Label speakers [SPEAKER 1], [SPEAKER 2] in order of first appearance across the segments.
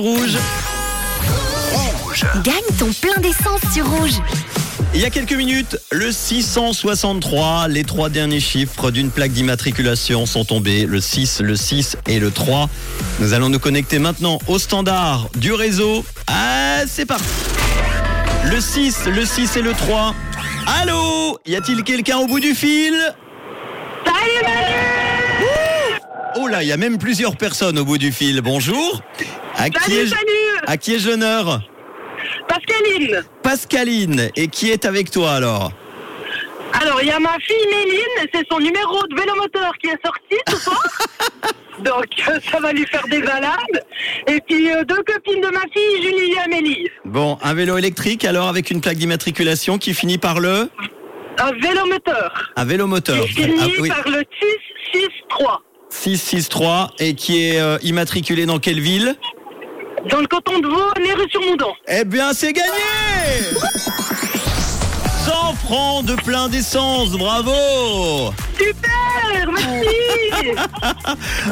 [SPEAKER 1] Rouge.
[SPEAKER 2] Gagne ton plein d'essence sur rouge.
[SPEAKER 1] Il y a quelques minutes, le 663, les trois derniers chiffres d'une plaque d'immatriculation sont tombés, le 6, le 6 et le 3. Nous allons nous connecter maintenant au standard du réseau. Ah, c'est parti. Le 6, le 6 et le 3. Allô Y a-t-il quelqu'un au bout du fil
[SPEAKER 3] Salut
[SPEAKER 1] Oh là, il y a même plusieurs personnes au bout du fil. Bonjour. À qui
[SPEAKER 3] Salut,
[SPEAKER 1] ai-je-
[SPEAKER 3] salut
[SPEAKER 1] à qui ai-je l'honneur
[SPEAKER 3] Pascaline
[SPEAKER 1] Pascaline. Et qui est avec toi alors
[SPEAKER 3] Alors, il y a ma fille Méline, c'est son numéro de vélomoteur qui est sorti ce soir. Donc, euh, ça va lui faire des balades. Et puis, euh, deux copines de ma fille, Julie et Amélie.
[SPEAKER 1] Bon, un vélo électrique alors avec une plaque d'immatriculation qui finit par le
[SPEAKER 3] Un vélomoteur
[SPEAKER 1] un vélo moteur.
[SPEAKER 3] qui finit
[SPEAKER 1] Ah, oui.
[SPEAKER 3] par le 663
[SPEAKER 1] 663 et qui est euh, immatriculé dans quelle ville
[SPEAKER 3] dans le coton de veau, les rues sur Moudon.
[SPEAKER 1] Eh bien, c'est gagné 100 francs de plein d'essence, bravo
[SPEAKER 3] Super, merci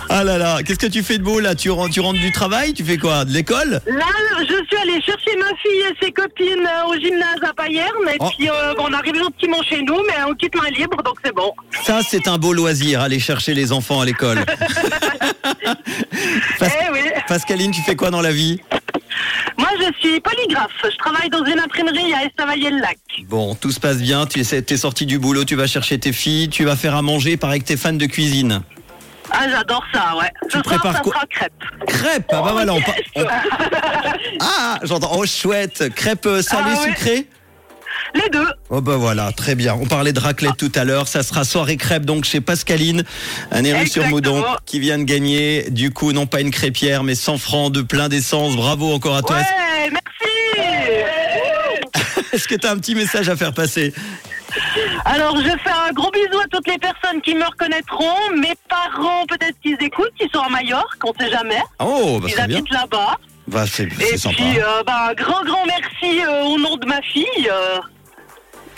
[SPEAKER 1] Ah là là, qu'est-ce que tu fais de beau là tu, ren- tu rentres du travail Tu fais quoi De l'école
[SPEAKER 3] Là, je suis allée chercher ma fille et ses copines euh, au gymnase à Payerne. Et
[SPEAKER 1] Oh.
[SPEAKER 3] puis, euh, bon, on arrive gentiment chez nous, mais on quitte main libre, donc c'est bon.
[SPEAKER 1] Ça, c'est un beau loisir, aller chercher les enfants à l'école. Parce-
[SPEAKER 3] Eh oui
[SPEAKER 1] Pascaline, tu fais quoi dans la vie
[SPEAKER 3] Moi, je suis polygraphe. Je travaille dans une imprimerie à Estavayer-le-Lac.
[SPEAKER 1] Bon, tout se passe bien, tu es, t'es sorti du boulot, tu vas chercher tes filles, tu vas faire à manger, pareil que t'es fan de cuisine.
[SPEAKER 3] Ah, j'adore ça, ouais.
[SPEAKER 1] Tu
[SPEAKER 3] Ce soir,
[SPEAKER 1] prépares
[SPEAKER 3] ça
[SPEAKER 1] quoi
[SPEAKER 3] sera crêpe.
[SPEAKER 1] Crêpes Ah bah voilà, on, par- on- Ah, j'entends, oh chouette, crêpes euh, salées,
[SPEAKER 3] Ah ouais.
[SPEAKER 1] sucrées
[SPEAKER 3] Les deux.
[SPEAKER 1] Oh bah voilà, très bien. On parlait de raclette tout à l'heure, ça sera soirée crêpes donc chez Pascaline, un éru sur
[SPEAKER 3] Exactement.
[SPEAKER 1] Moudon, qui vient de gagner, du coup, non pas une crêpière, mais 100 francs de plein d'essence. Bravo encore à toi. Est-ce-
[SPEAKER 3] Ouais, merci.
[SPEAKER 1] Est-ce que t'as un petit message à faire passer
[SPEAKER 3] Alors, je fais un gros bisou à toutes les personnes qui me reconnaîtront. Mes parents, peut-être qu'ils écoutent, qui sont à Majorque, on sait jamais.
[SPEAKER 1] Oh, bah
[SPEAKER 3] Ils
[SPEAKER 1] c'est bien.
[SPEAKER 3] habitent là-bas.
[SPEAKER 1] Bah, c'est
[SPEAKER 3] Et
[SPEAKER 1] c'est sympa.
[SPEAKER 3] puis, euh, bah, un grand, grand merci euh, au nom de ma fille. euh,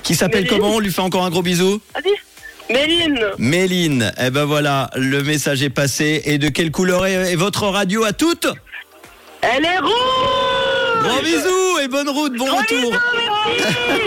[SPEAKER 1] Qui s'appelle
[SPEAKER 3] Méline.
[SPEAKER 1] comment On lui fait encore un gros bisou
[SPEAKER 3] Vas-y. Méline.
[SPEAKER 1] Méline, eh ben voilà, le message est passé. Et de quelle couleur est, est votre radio à toutes
[SPEAKER 3] Elle est rouge.
[SPEAKER 1] Gros bisous et bonne route, bon
[SPEAKER 3] Gros
[SPEAKER 1] retour
[SPEAKER 3] bisous, merci.